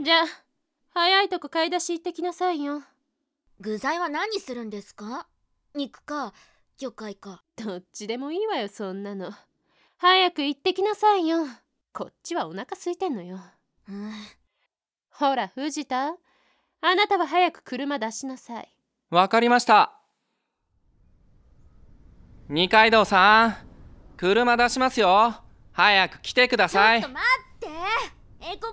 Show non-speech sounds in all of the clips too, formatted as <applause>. じゃあ早いとこ買い出し行ってきなさいよ具材は何にするんですか肉か魚介かどっちでもいいわよそんなの早く行ってきなさいよこっちはお腹空いてんのようんほら藤田あなたは早く車出しなさいわかりました二階堂さん車出しますよ早く来てくだちょさっいと待ってエコバッ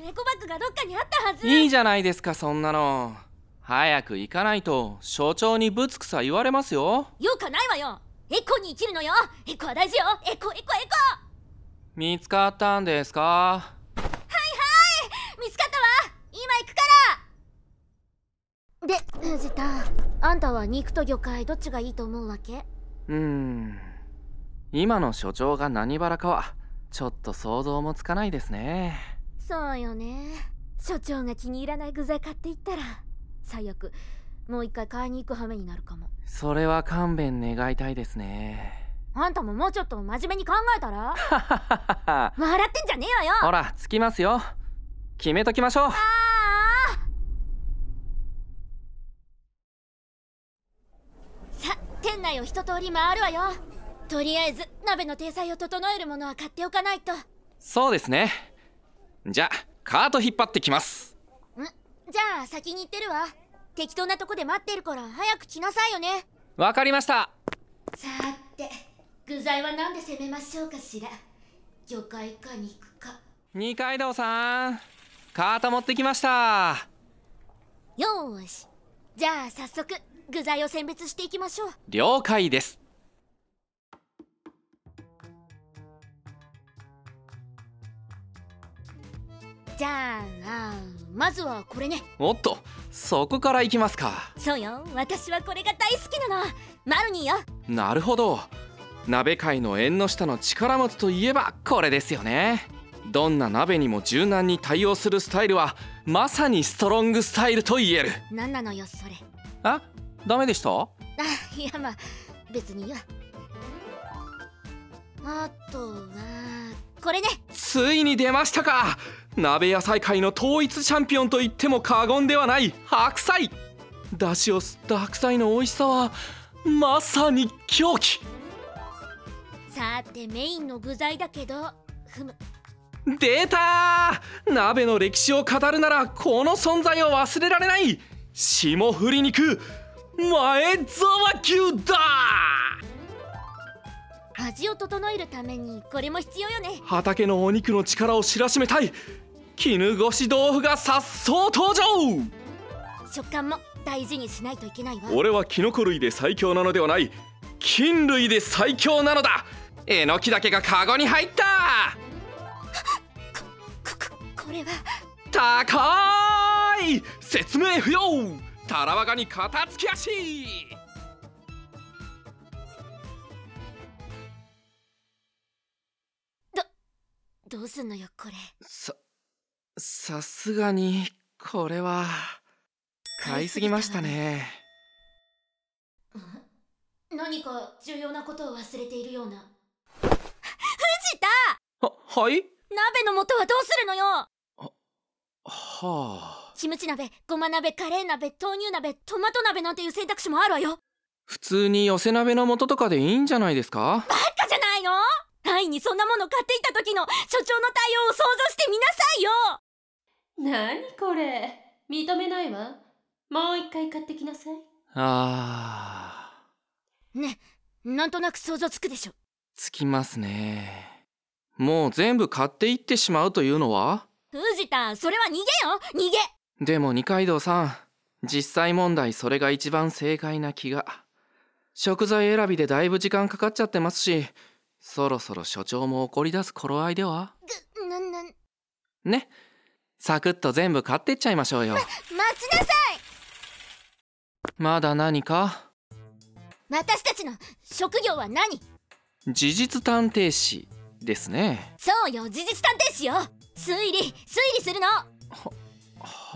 グエコバッグがどっかにあったはずいいじゃないですかそんなの早く行かないと所長にぶつくさ言われますよよかないわよエコに生きるのよエコは大事よエコエコエコ見つかったんですか見つかったわ今行くからで藤田あんたは肉と魚介どっちがいいと思うわけうーん今の所長が何バラかはちょっと想像もつかないですねそうよね所長が気に入らない具材買っていったら最悪もう一回買いに行く羽目になるかもそれは勘弁願いたいですねあんたももうちょっと真面目に考えたらはははは笑ってんじゃねえわほよらつきますよ決めときましょうああさ店内を一通り回るわよとりあえず鍋の体裁を整えるものは買っておかないとんそうですねじゃあカート引っ張ってきますじゃあ先に行ってるわ適当なとこで待ってるから早く来なさいよねわかりましたさて具材は何で攻めましょうかしら魚介か肉か二階堂さんカート持ってきましたよーしじゃあ早速具材を選別していきましょう了解ですじゃああーまずはこれねおっとそこから行きますかそうよ私はこれが大好きなのマルニーよなるほど鍋界の縁の下の力持ちといえばこれですよねどんな鍋にも柔軟に対応するスタイルはまさにストロングスタイルと言える何なのよそれあダメでしたあいやまあ別にいいわあとはこれねついに出ましたか鍋野菜界の統一チャンピオンと言っても過言ではない白菜だしを吸った白菜の美味しさはまさに狂気さてメインの具材だけどふむ出たー鍋の歴史を語るならこの存在を忘れられない霜降り肉前沢牛だ味を整えるためにこれも必要よね畑のお肉の力を知らしめたい絹ごし豆腐がさっそう登場食感も大事にしないといけないわ俺はキノコ類で最強なのではない菌類で最強なのだえのきだけがカゴに入ったこここれは高い説明不要タラバガに片付き足どうすんのよこれささすがにこれは買いすぎましたね何か重要なことを忘れているよう <laughs> な藤田ははい鍋の素はどうするのよはあキムチ鍋ごま鍋カレー鍋豆乳鍋トマト鍋なんていう選択肢もあるわよ普通に寄せ鍋の素とかでいいんじゃないですかバカじゃないの愛にそんなもの買っていた時の所長の対応を想像してみなさいよ何これ認めないわもう一回買ってきなさいああねなんとなく想像つくでしょつきますねもう全部買っていってしまうというのは藤田それは逃げよ逃げでも二階堂さん実際問題それが一番正解な気が食材選びでだいぶ時間かかっちゃってますしそろそろ所長も怒り出す頃合いではぐなんなん待ねサクッと全部買ってっちゃいましょうよちなさいまだ何か私たちの職業は何事実探偵士ですねそうよ事実探偵士よ推理推理するのは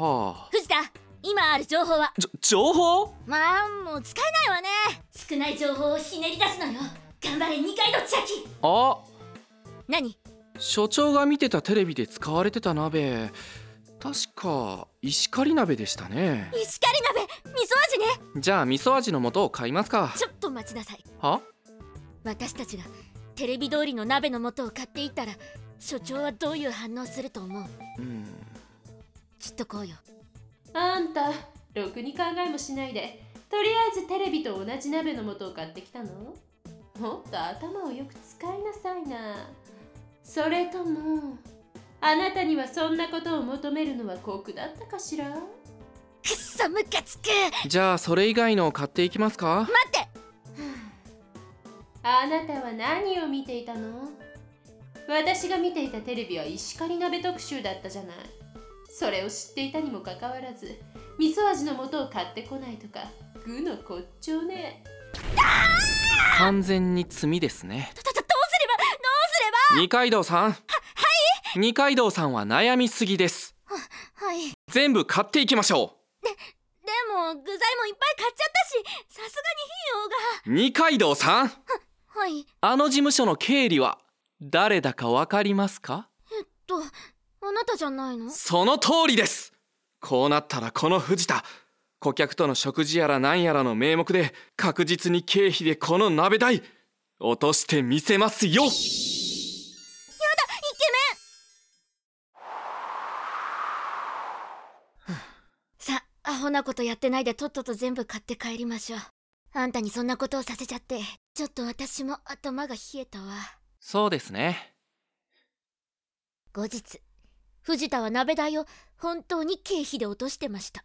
あ藤田今ある情報はじょ情報まあもう使えないわね少ない情報をひねり出すのよ頑張れ二階堂千秋あ何所長が見てたテレビで使われてた鍋確か石狩鍋でしたね石狩鍋味噌味ねじゃあ味噌味の素を買いますかちょっと待ちなさいは私たちがテレビ通りの鍋の素を買っていったら所長はどういう反応すると思ううんきっとこうよあんたろくに考えもしないでとりあえずテレビと同じ鍋の素を買ってきたのもっと頭をよく使いなさいなそれともあなたにはそんなことを求めるのは酷だったかしらくっそムカつくじゃあそれ以外のを買っていきますか待ってあなたは何を見ていたの私が見ていたテレビは石狩鍋特集だったじゃないそれを知っていたにもかかわらず味噌味の素を買ってこないとか愚の骨頂ね完全に罪ですねどどどうすればどうすれば二階堂さんはい二階堂さんは悩みすぎですはいで全部買っていきましょも具材もいっぱい買っちゃったしさすがにう二階堂さん費用がはいあの事務所の経理は誰だかわかりますかとあなたじゃないのその通りですこうなったらこの藤田顧客との食事やらなんやらの名目で確実に経費でこの鍋代落としてみせますよさアホなことやってないでとっとと全部買って帰りましょうあんたにそんなことをさせちゃってちょっと私も頭が冷えたわそうですね後日藤田は鍋代を本当に経費で落としてました